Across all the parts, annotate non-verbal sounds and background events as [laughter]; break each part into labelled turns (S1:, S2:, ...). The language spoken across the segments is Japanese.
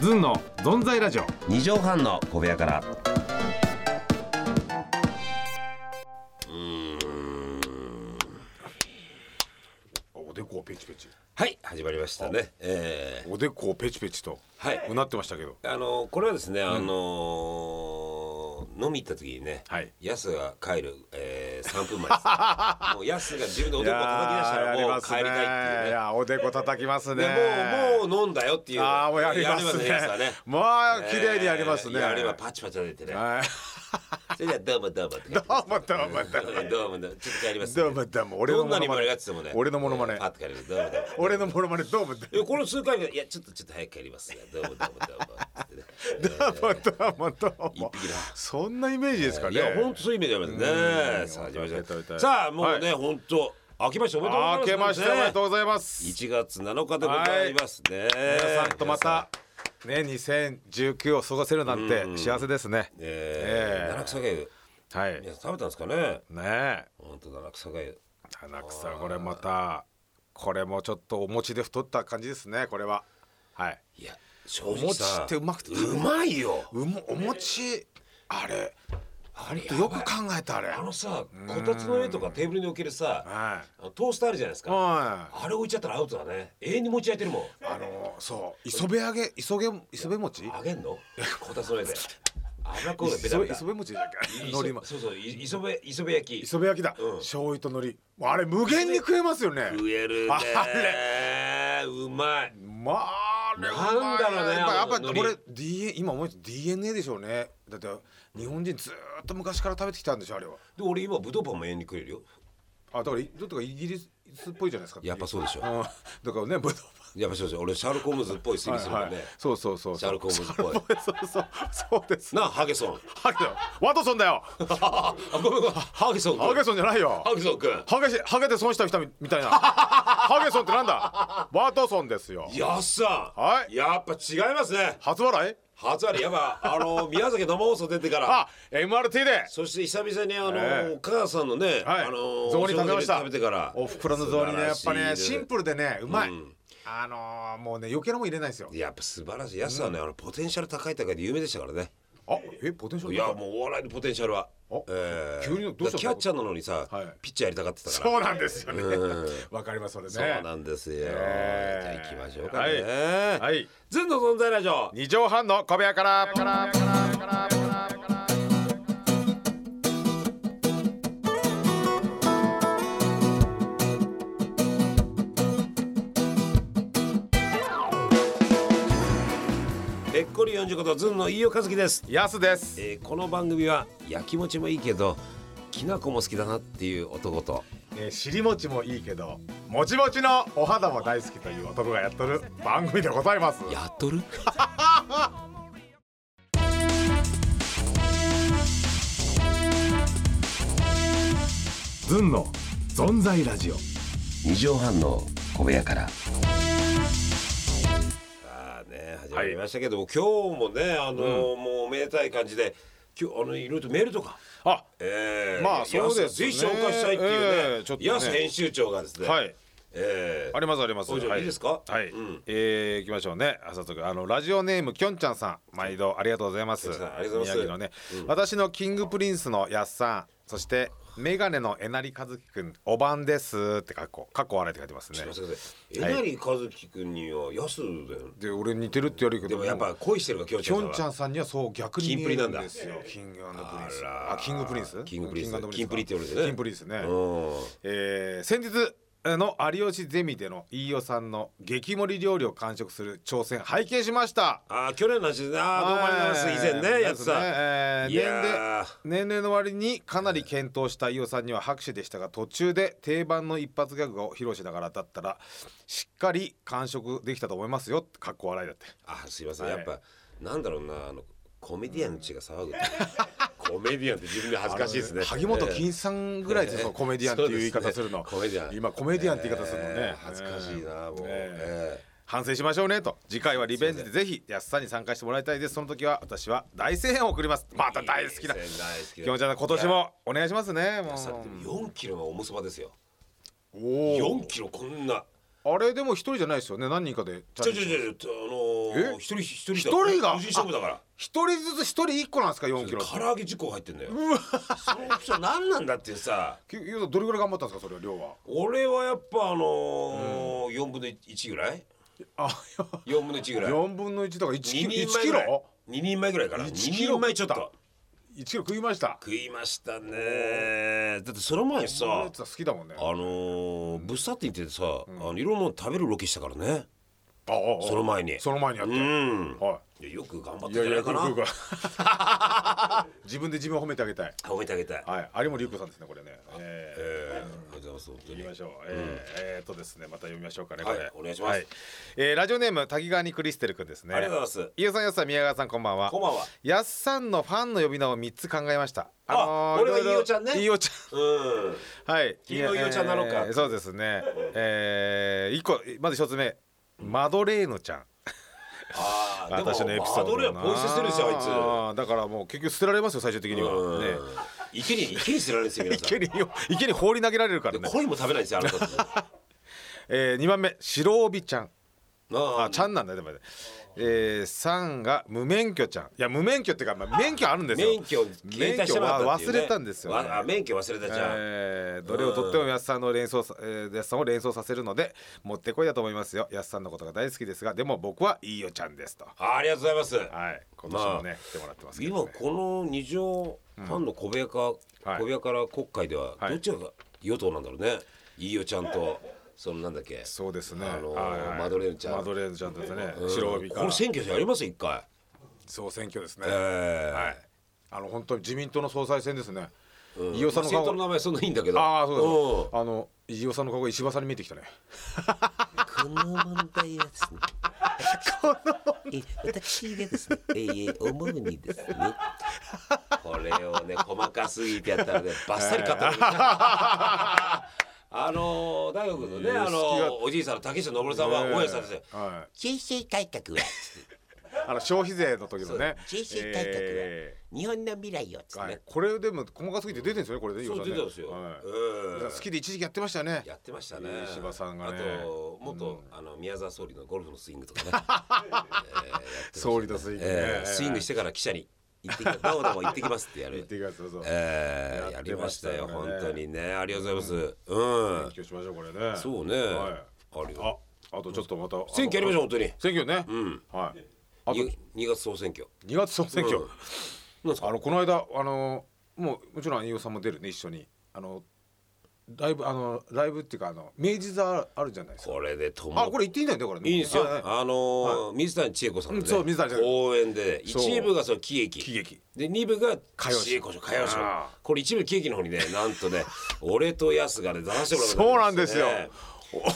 S1: ずんのぞんざいラジオ
S2: 二畳半の小部屋から。
S1: おでこをペチペチ
S2: はい、始まりましたね。え
S1: おでこをペチペチと
S2: はいう
S1: なってましたけど
S2: ーあのこれはですね、あのー飲み行った時にね、
S1: はい
S2: ヤスが帰る、えー、3分前で
S1: [laughs]
S2: すねもうヤスが自分でおでこを叩き出した
S1: や
S2: ら
S1: ーやり
S2: もう
S1: ます
S2: 帰
S1: ね
S2: りたいっていうね
S1: いやーおでこ叩きますね
S2: でもうもう飲んだよっていう
S1: ああもうやりますね
S2: やりまね
S1: もう綺麗にやりますね、
S2: えーやればパチパチ出てね
S1: はい
S2: それではどうもどうもって
S1: どうもどうもどうも
S2: [laughs] どうもどうもちょっと帰ります
S1: どうもどうも俺の
S2: どん
S1: モ
S2: な
S1: ノ
S2: に
S1: マ
S2: 盛り上が
S1: ネ
S2: っててもね
S1: 俺のモノマネ
S2: パッと帰りますどうもどうも
S1: 俺のモノマネどうもどう
S2: いやこの数回目いやちょっとちょっと早く帰りますどうもどうもどうもってね
S1: も [laughs] どうもどうも
S2: 一匹だ
S1: そんなイメージですかね
S2: いや本当そういう意味であります
S1: うん
S2: ねさあ始まりま
S1: 食べ
S2: し
S1: い
S2: たたさあもうね本当明けましておめでとうござい
S1: あ
S2: ます
S1: 明けましておめでとう
S2: う
S1: ございます
S2: 1月7日でございますね
S1: 皆さんとまたね2019を過ごせるなんて幸せですね、
S2: え
S1: ええ
S2: ー七草がゆ
S1: はいね
S2: 皆さん食べたんですかね
S1: え
S2: 本当七草がゆ
S1: 花草これまたこれもちょっとお餅で太った感じですねこれははい
S2: いや正直さ
S1: お餅ってうまくて
S2: うまいよ
S1: うもお餅あれ
S2: あれ
S1: よく考えたあれ
S2: あ
S1: は
S2: のさこたつの上とかテーブルに置けるさ
S1: い
S2: あのトースターあるじゃないですか
S1: はい
S2: あれ置いちゃったらアウトだね永遠に持ち上げてるもん
S1: あのそう磯辺揚げ磯辺磯辺餅
S2: あげんのこたつの上で油こうがベタ
S1: 磯
S2: ベ
S1: 辺磯
S2: タ
S1: 辺餅じゃっけ海
S2: そ
S1: 苔
S2: う
S1: も
S2: そうそうい磯辺磯辺焼き
S1: 磯辺焼きだ、
S2: うん
S1: 醤油と海苔もうあれ無限に食えますよね
S2: 食えるねうまい
S1: まああれうまい
S2: なんだろうね
S1: やっぱやっぱ
S2: あの
S1: りこれ DNA 今思いつ DNA でしょうねだって日本人ずーっと昔から食べてきたんでしょあれは
S2: で俺今ブドウパンも永遠に食えるよ
S1: あだからいちょっとイギリスっぽいじゃないですか
S2: やっぱそうでしょ
S1: んだからねブドウ
S2: やっぱそうですよ俺シャーロック・ホームズっぽい推理するもんね
S1: そうそうそう
S2: シャーロック・ホームズっぽい
S1: そうそうそうです
S2: なあハゲソン
S1: ハゲだよワトソンだよ
S2: あごめんごめんハゲソン君
S1: ハゲソンじゃないよ
S2: ハゲソン君
S1: ハゲしハゲで損した人みみたいなハゲソンってなんだワトソンですよ
S2: やっさん、
S1: はい
S2: やっぱ違いますね
S1: 初笑い
S2: 初あれやっぱあ
S1: [laughs]
S2: の宮崎生放送出てから
S1: あ MRT で
S2: そして久々にあの、
S1: ええ
S2: お母さんのね、
S1: はい、
S2: あの
S1: 雑煮食べました
S2: お正月に食べてから
S1: お袋の雑煮ねやっぱねシン
S2: ル
S1: プルでねうまい、
S2: うん
S1: あのー、もうね余計なもん入れないんですよ
S2: やっぱ素晴らしいやつはね、あのポテンシャル高い高いで有名でしたからね
S1: あえポテンシャル
S2: いやもうお笑いのポテンシャルは
S1: あ急にどうした
S2: だからキャッチャーなのにさ、
S1: はい
S2: ピッチャーやりたかってたから
S1: そうなんですよね
S2: うん
S1: わかりますそれね
S2: そうなんですよ、
S1: ええ
S2: じゃあ行きましょうかね、
S1: はいはい
S2: ずんの存在ラジオ
S1: 二畳半の小部屋から
S2: ぺっこり45度ずんの飯尾和樹です
S1: やすです
S2: えーこの番組は焼きもちもいいけどきなこも好きだなっていう男と
S1: えー、尻餅もいいけどもちもちのお肌も大好きという男がやっとる番組でございます
S2: やっとる
S1: ずんの存在ラジオ
S2: 二畳半の小部屋からさあね始まりましたけども、今日もねあのーもうおめでたい感じで今日あのいろいろとメールとか
S1: あ
S2: えー、
S1: まあそうですね
S2: ぜひ紹介したいっていうね,、
S1: えーちょっとね
S2: ヤス編集長がですね、
S1: はい
S2: えー
S1: ありますあります。
S2: おじゃあ
S1: はい
S2: いですか
S1: はい。
S2: うん
S1: えー行きましょうね。あ早速あのラジオネームきょんちゃんさん、毎度ありがとうございます。
S2: きょんちゃんありがとうございま
S1: 宮
S2: す
S1: 城のね、私のキングプリンスのやっさん、そしてメガネのえなりかずきくん、おばんですってかっこかっこ笑いって書いてますね
S2: すい。ませんえなり和樹君にはヤスだよね
S1: で俺似てるって言われるけ
S2: で
S1: ど、
S2: もやっぱ恋してるかきょんち
S1: き
S2: ゃん
S1: ょん
S2: さんは
S1: ちゃんさんにはそう逆に見えるんですよ。キ
S2: キ
S1: ングプリンス。
S2: あら
S1: あキングプリンス？
S2: キングプリンス
S1: うん
S2: キンプリって言われてね
S1: キンプリですね。
S2: うん
S1: えー先日の有吉ゼミでの飯尾さんの激盛り料理を完食する挑戦拝見しました
S2: あー去年の話ですねあーどうもありがとうございます以前
S1: は
S2: ね
S1: い
S2: やつさん、
S1: えー
S2: いやー
S1: 年齢年齢の割にかなり検討した飯尾さんには拍手でしたが途中で定番の一発ギャグを披露しながらだったらしっかり完食できたと思いますよかっこ笑いだって
S2: あすいません、
S1: はい
S2: やっぱなんだろうなあのコメディアンの血が騒ぐ [laughs] コメディアンって自分で恥ずかしいですね
S1: 萩本欽一さんぐらいですよ、
S2: ええ
S1: コメディアンっていう言い
S2: そう
S1: 方
S2: ですすね
S1: るの
S2: コメディアン
S1: 今コメディアンって言い方するのね、
S2: えー恥ずかしいなもう、えー
S1: 反省しましょうねと次回はリベンジでぜひ安さんに参加してもらいたいですその時は私は大声援を送りますまた大好きだ
S2: 大好きだ
S1: きょんちゃん今年もお願いしますねも
S2: さでも4キロのおむそばですよ
S1: うお
S2: 4キロこんな
S1: おあれでも一人じゃないですよね何人かでチ
S2: ちょちょちょちょあのー
S1: え
S2: 一人一人
S1: 一人が
S2: 個人勝負だから
S1: 一人ずつ一人一個なんですか4キロ
S2: 唐揚げ10個入ってんだよそのオプション何なんだっていうさ
S1: きゆうさんどれぐらい頑張ったんですかそれは量は
S2: 俺はやっぱあのー4分の1ぐらい
S1: あ
S2: 4分の1ぐらい
S1: 4分の1とか1キ
S2: 2
S1: ロ
S2: 人
S1: 1
S2: 前
S1: キ
S2: ぐらい
S1: ロ
S2: 2人前ぐらいかな2
S1: 1
S2: 人前ちょっと
S1: 1キロ食いました
S2: 食いましたねだってその前
S1: その
S2: さ
S1: やつは好きだもんね
S2: あのー、ブッサって言ってさ、あのいろんなの食べるロケしたからね
S1: あああ
S2: その前に
S1: その前にやっ
S2: う
S1: て、
S2: ん
S1: はい
S2: やよく頑張ったん
S1: い
S2: じ
S1: や
S2: ゃ
S1: い
S2: な
S1: や
S2: いかな
S1: 食うか
S2: [laughs]
S1: 自分で自分を褒めてあげたい
S2: 褒めてあげたい、
S1: はい有森裕子さんですねこれねえー
S2: えー、ありがとうございます本当に
S1: 行きましょう。えーえーとですね、また読みましょうかね。
S2: はい
S1: これ
S2: お願いします
S1: えーラジオネーム滝川にクリステルくんですね。
S2: ありがとうございます
S1: 伊予さん、やすさん、宮川さん、こんばんは。
S2: こんばんは。
S1: やっさんのファンの呼び名を三つ考えました。
S2: あ俺はい
S1: ろいろ
S2: いおちゃんね
S1: いおちゃん。
S2: うん
S1: はい。
S2: 君のいおちゃんなのか
S1: えーそうですね。えー一個まず一つ目、マドレーヌちゃん。
S2: ああでも
S1: 私のエピソード
S2: マドレー
S1: だ
S2: ヌ
S1: な
S2: はポイ捨てしてるでしょあいつ
S1: あーだからもう結局捨てられますよ最終的には。ね。
S2: うん池に池に捨てられるんですよ皆
S1: [laughs]
S2: さん
S1: 池に池に放り投げられるから
S2: で
S1: ね。
S2: コイも食べないんですよあな
S1: [laughs]
S2: たたち
S1: えー二番目、白帯ちゃん。
S2: あ
S1: あちゃんなんだでもね。えー、三が無免許ちゃん。いや無免許っていうか、まあ、免許あるんですよ。
S2: 免許携帯してなかったっていう、
S1: 免
S2: ね、
S1: 許は忘れたんですよね
S2: わあ免許忘れたじゃん、
S1: えーどれをとってもやすさんの連想さ、えー、やすさんを連想させるので持ってこいだと思いますよ。やすさんのことが大好きですが、でも僕はいいよちゃんですと。
S2: あありがとうございます
S1: はい、今年もね、来てもらってますけ
S2: 今
S1: ど、
S2: こ
S1: ね。
S2: の二条ファンの小部屋か、
S1: はい
S2: 小部屋から国会では
S1: はい
S2: どっちが与党なんだろうね、い、いよちゃんとそのなんだっけ
S1: そうですね。
S2: あのー
S1: はいはい
S2: マドレーヌちゃん
S1: マドレーヌちゃんですね
S2: う。ん
S1: 白帯か
S2: こ
S1: ら
S2: れ。選挙じゃあります一回
S1: 総選挙ですね。
S2: ええ
S1: はい。あの本当に自民党の総裁選ですね。飯尾さんの
S2: 政党
S1: 顔。
S2: の名前そんなにいいんだけど
S1: ああ、そうです。あの飯尾さんの顔が石破さんに見えてきたね。
S3: この問題はですね。え私がですね、えー思うにですね、
S2: うんこれをね細かすぎてや
S1: [laughs]
S2: ったらねバッサリ買ったのにあのー大学のねあの
S1: 好きが
S2: ーおじいさんの竹下登さんは大家さんですよ
S1: えーはい。
S3: 税制改革は、
S1: あの消費税の時のね。
S3: 税制改革
S1: え
S3: は、日本の未来をです
S1: ーはい
S3: ね、
S1: これでも細かすぎて出てるんですよね、これで。
S2: そう
S1: 飯
S2: 出
S1: 尾さんね
S2: てたんですよ、
S1: はい
S2: うん
S1: 好きで一時期やってましたよね。
S2: やってましたね
S1: えー柴さんがね
S2: あと元、あの宮沢総理のゴルフのスイングとかね、えーやって
S1: 総理とスイングね
S2: えースイングしてから記者に行ってき
S1: [laughs]
S2: どうもどうも行ってきますってや
S1: 言っ
S2: る
S1: てください。そうそう。
S2: え
S1: や
S2: ー、や
S1: って
S2: り
S1: ま
S2: ま
S1: し
S2: したた
S1: よ
S2: よ
S1: ね
S2: 本当にねありがとうございますうん、
S1: 勉強しましょうこれね。
S2: そうね、
S1: は
S2: ある
S1: い。
S2: よ
S1: あ、あとちょっとまた。
S2: 選挙やりましょう
S1: う。
S2: 本当に
S1: 選挙ね。
S2: ん
S1: はい。あと
S2: に二月総選挙
S1: 2月総選挙
S2: うん。なんですか
S1: あのこの間あのもうもちろん飯尾さんも出るね一緒にあのライブあのライブっていうかあの明治座あるじゃないですか。
S2: これでとも
S1: あこれ言っていいんだよねこれね。
S2: いいんですよ、
S1: はい
S2: あのー水谷千恵子さんの、
S1: う
S2: ね
S1: んそう水谷千恵子
S2: 公演で
S1: そう
S2: 一部がその喜劇
S1: 喜劇
S2: で二部が
S1: 歌謡
S2: 千恵
S1: 集
S2: 子賞歌謡賞
S1: ああ
S2: これ一部喜劇の方
S1: [laughs]
S2: にねなんとね俺とやすがね出させてもら
S1: そうなんですよ
S2: ね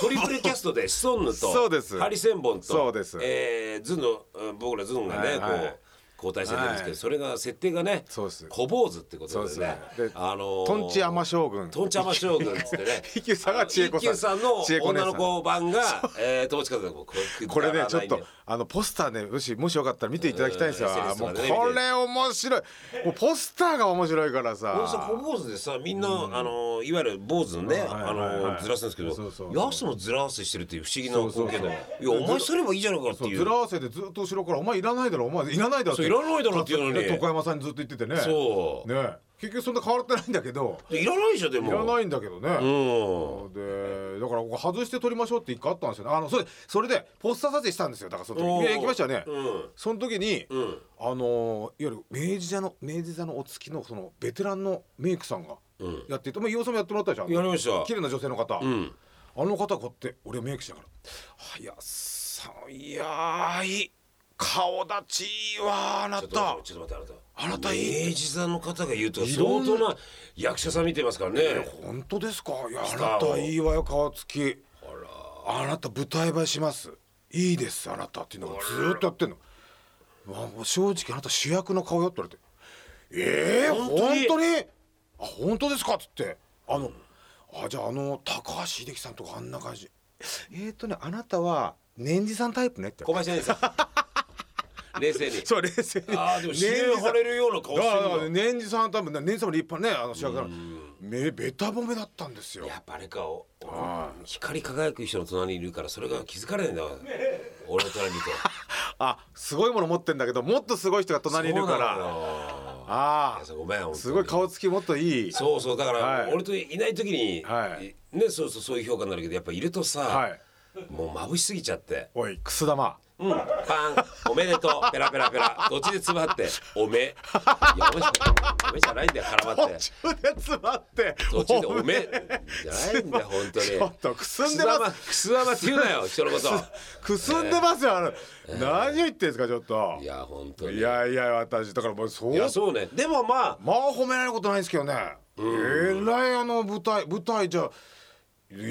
S2: トリプルキャストでシソンヌと
S1: そうです
S2: ハリセンボンと
S1: そうです
S2: えーズンのうん僕らズンがね、
S1: はいはい
S2: こう交代制なんですけど、
S1: はい
S2: それが設定がね
S1: そうです
S2: 小坊主ってことでね
S1: そうですで
S2: あのー
S1: トンチ甘将軍。
S2: トンチャマ将軍っつってね
S1: [laughs] 一休さんが千恵子さん
S2: 一休さんの
S1: 千恵子姉さ
S2: 女
S1: ん
S2: の子版がえー友近さんこれ
S1: これね
S2: く
S1: ち
S2: だ
S1: ょ
S2: ら
S1: っ
S2: ない
S1: とあのポスターねもしもしよかったら見ていただきたいんですよ。
S2: うん
S1: あ
S2: SNS
S1: もう
S2: とかね
S1: これ面白い。もうポスターが面白いから
S2: 俺さ小
S1: さ。
S2: 坊主でさみんな、あのいわゆる坊主のね、
S1: はい
S2: あの、
S1: はいはい
S2: ずらすんですけど
S1: そうそうそう
S2: やすもずら合わせしてるっていう不思議な
S1: そう
S2: 光
S1: そう
S2: 景
S1: そう
S2: でいやお前そればいいじゃないかって
S1: そう
S2: いう
S1: ずら合わせでずっと後ろから「お前いらないだろお前いらないだろ」って
S2: そういらないだろっていうのに
S1: ね徳山さんにずっと言っててね
S2: そう
S1: ね結局そんな変わってないんだけど
S2: でいらないでしょで
S1: い
S2: も
S1: らないんだけどね、
S2: うん
S1: でだからここ外して撮りましょうって一回あったんですよねあのそれそれでポスター撮影したんですよだからその
S2: お
S1: 時い
S2: ー
S1: や行きましたよね、
S2: うん
S1: その時に、
S2: うん
S1: あのーいわゆる明治座の明治座のお付きのそのベテランのメイクさんが
S2: うん
S1: やっていて、まあ伊尾さんもやってもらったじゃん
S2: やりました
S1: 綺麗な女性の方、
S2: うん
S1: あの方こうやって俺メイクしながら「いやさんいやーいい顔立ちいいわあな
S2: ちょっと待
S1: た
S2: ってちょっと待ってあ
S1: あ
S2: なた
S1: なたいい
S2: 明治座の方が言うと
S1: い
S2: 相
S1: ろんな
S2: 当な役者さん見てますからね
S1: 本当ですかいやあ
S2: ターを
S1: なたいいわよ顔つきあなた舞台映えしますいいですあなたっていうのがずーっとやってんのわもう正直あなた主役の顔よって言われてええー、
S2: 本当
S1: 本
S2: に
S1: 当にあ本当ですかっつってあの、あじゃああの高橋英樹さんとかあんな感じえー、とねあなたは年次さんタイプねって
S2: 小林先
S1: [laughs]
S2: 生冷静に
S1: そう冷静に
S2: ああでも指
S1: 年
S2: 令
S1: 次さ
S2: 貼
S1: ん
S2: れるような顔
S1: だ
S2: して
S1: から
S2: る
S1: だ
S2: わ
S1: から年次さん多分年次さんも立派なねあの主役なのめべた褒めだったんですよ
S2: やっぱあれかお光り輝く人の隣にいるからそれが気づかれないんだわ俺の隣にいて
S1: あすごいもの持ってんだけどもっとすごい人が隣にいるか
S2: そうな
S1: ら
S2: のよ
S1: あ
S2: いやごめん本当
S1: あ
S2: に
S1: すごい顔つきもっといい
S2: そうそうだから、
S1: はい
S2: 俺といない時に、
S1: はい
S2: ねそうそうそういう評価になるけどやっぱいるとさ、
S1: はい
S2: もう眩しすぎちゃって
S1: おいくす玉
S2: 「うんパンおめでとうペラペラペラどっちでつまっておめ」いやおめじゃおめじゃないんだよ絡まっ
S1: 途
S2: て
S1: 中で詰まって
S2: 途中で「おめ」じゃないんだよ本当に
S1: ちょっとくすん
S2: く
S1: ですま
S2: 玉
S1: す
S2: くす玉って言うなよ人のこと
S1: くすんでますよあれ何言ってんすかちょっと
S2: いや本当に
S1: いやいや私だからもうそう
S2: いやそうねでもまあ
S1: まあ褒められることないですけどねえらいあの舞台舞台じゃえらい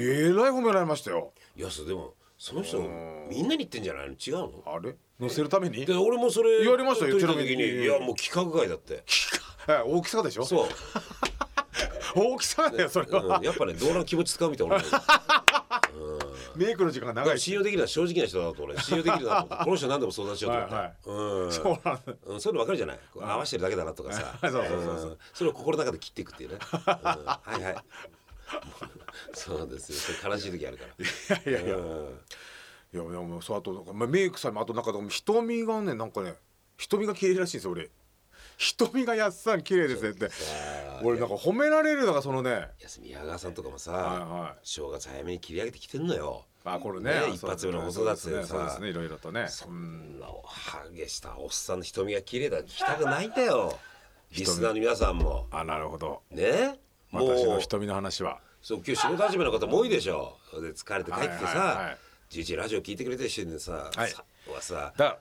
S1: 褒められましたよ
S2: いやそうでもその人みんなに言ってんじゃないの違うの
S1: あれ乗せるために
S2: で俺もそれ
S1: 言われましたよ
S2: 撮った時
S1: ちなみに
S2: にいやもう企画外だって
S1: え大きさでしょ
S2: そう、
S1: 大きさだよそれは
S2: うん、やっぱねどうな気持ち使うみたいな俺も
S1: メイクの時間が
S2: だか
S1: 長
S2: ら
S1: いし
S2: 信用できるのは正直な人だなと俺信用できる
S1: [laughs]
S2: なと思ってこの人何でも相談しようと思って、
S1: はいはい
S2: うん
S1: そうなんだ
S2: うん、そういうの分かるじゃないこう合わせてるだけだなとかさ
S1: [laughs] そうそうそうそうん
S2: それを心の中で切っていくっていうね、うん、は
S1: [laughs]
S2: いはいそうなんですよそれ悲しい時あるから
S1: いやいや
S2: うん
S1: いやいやもうそうあとなんかまあメイクさんもあとなんかでも瞳がねなんかね瞳が綺麗らしいんですよ俺瞳がやっさん綺麗ですねって俺なんか褒められるのがそのね
S2: 休み宮川さんとかもさ、
S1: はいはい
S2: 正月早めに切り上げてきてんのよ
S1: あこれ
S2: ね
S1: ね
S2: 一発目の子育て
S1: そう
S2: で
S1: ですね
S2: さ
S1: そうですねいろいろとね
S2: そんなお激したおっさんの瞳が綺麗だ聞きたくないん
S1: [laughs]
S2: だよリスナーの皆さんも
S1: あなるほど
S2: ねも
S1: 私の
S2: う
S1: 瞳の話は
S2: そう今日仕事始めの方も多いでしょで疲れて帰ってきて
S1: はいはいは
S2: さ
S1: い
S2: 11時ラジオ聞いてくれてる人でさ
S1: はい
S2: さはさ
S1: だから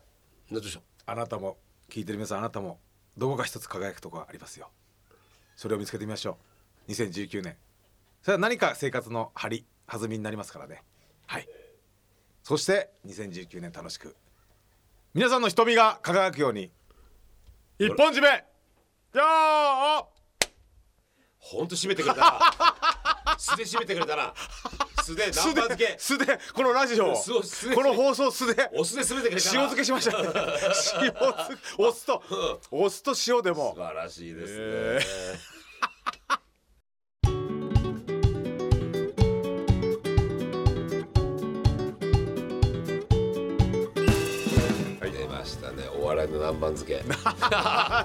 S2: などうしよ
S1: あなたも聞いてる皆さんあなたもどこか一つ輝くとこがありますよそれを見つけてみましょう2019年それは何か生活の張り弾みになりますからねはいそして2019年楽しく皆さんの瞳が輝くように一本締めよー
S2: 本当締めてくれた
S1: [laughs]
S2: な素で締めてくれたな素で南
S1: 素
S2: 蛮漬
S1: で
S2: け
S1: 素でこのラジオを
S2: そう素で
S1: この放送素で
S2: お酢で締めてく
S1: 塩
S2: れたな
S1: 漬けしました塩漬けお酢とお酢と塩でも
S2: 素晴らしいですね、
S1: え
S2: 出ましたねお笑いの南蛮漬
S1: [laughs]
S2: け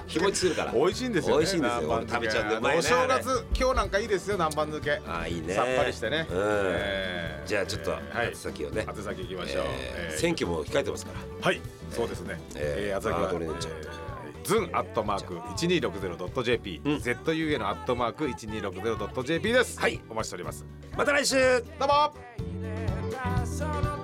S2: 日持ちするから
S1: 美味しいんですよね。
S2: 美味しいんですよ
S1: 南蛮漬け
S2: 食べちゃうんでうまいね
S1: お正月今日なんかいいですよ南蛮漬け。
S2: あーいいね
S1: さっぱりしてね。
S2: うん
S1: えー
S2: じゃあちょっと
S1: はい
S2: 宛。先をね、
S1: 宛先行きましょう。
S2: え
S1: え
S2: ー、
S1: ー
S2: 選挙も控えてますから
S1: はい。そうですね。え
S2: えー
S1: ー宛先
S2: あ
S1: は
S2: ーこれねちょっと
S1: ズンアットマーク一二六ゼロドット JP、ZUA のアットマーク一二六ゼロドット JP です。
S2: はい
S1: お待ちしております。
S2: また来週
S1: どうも。
S4: Sono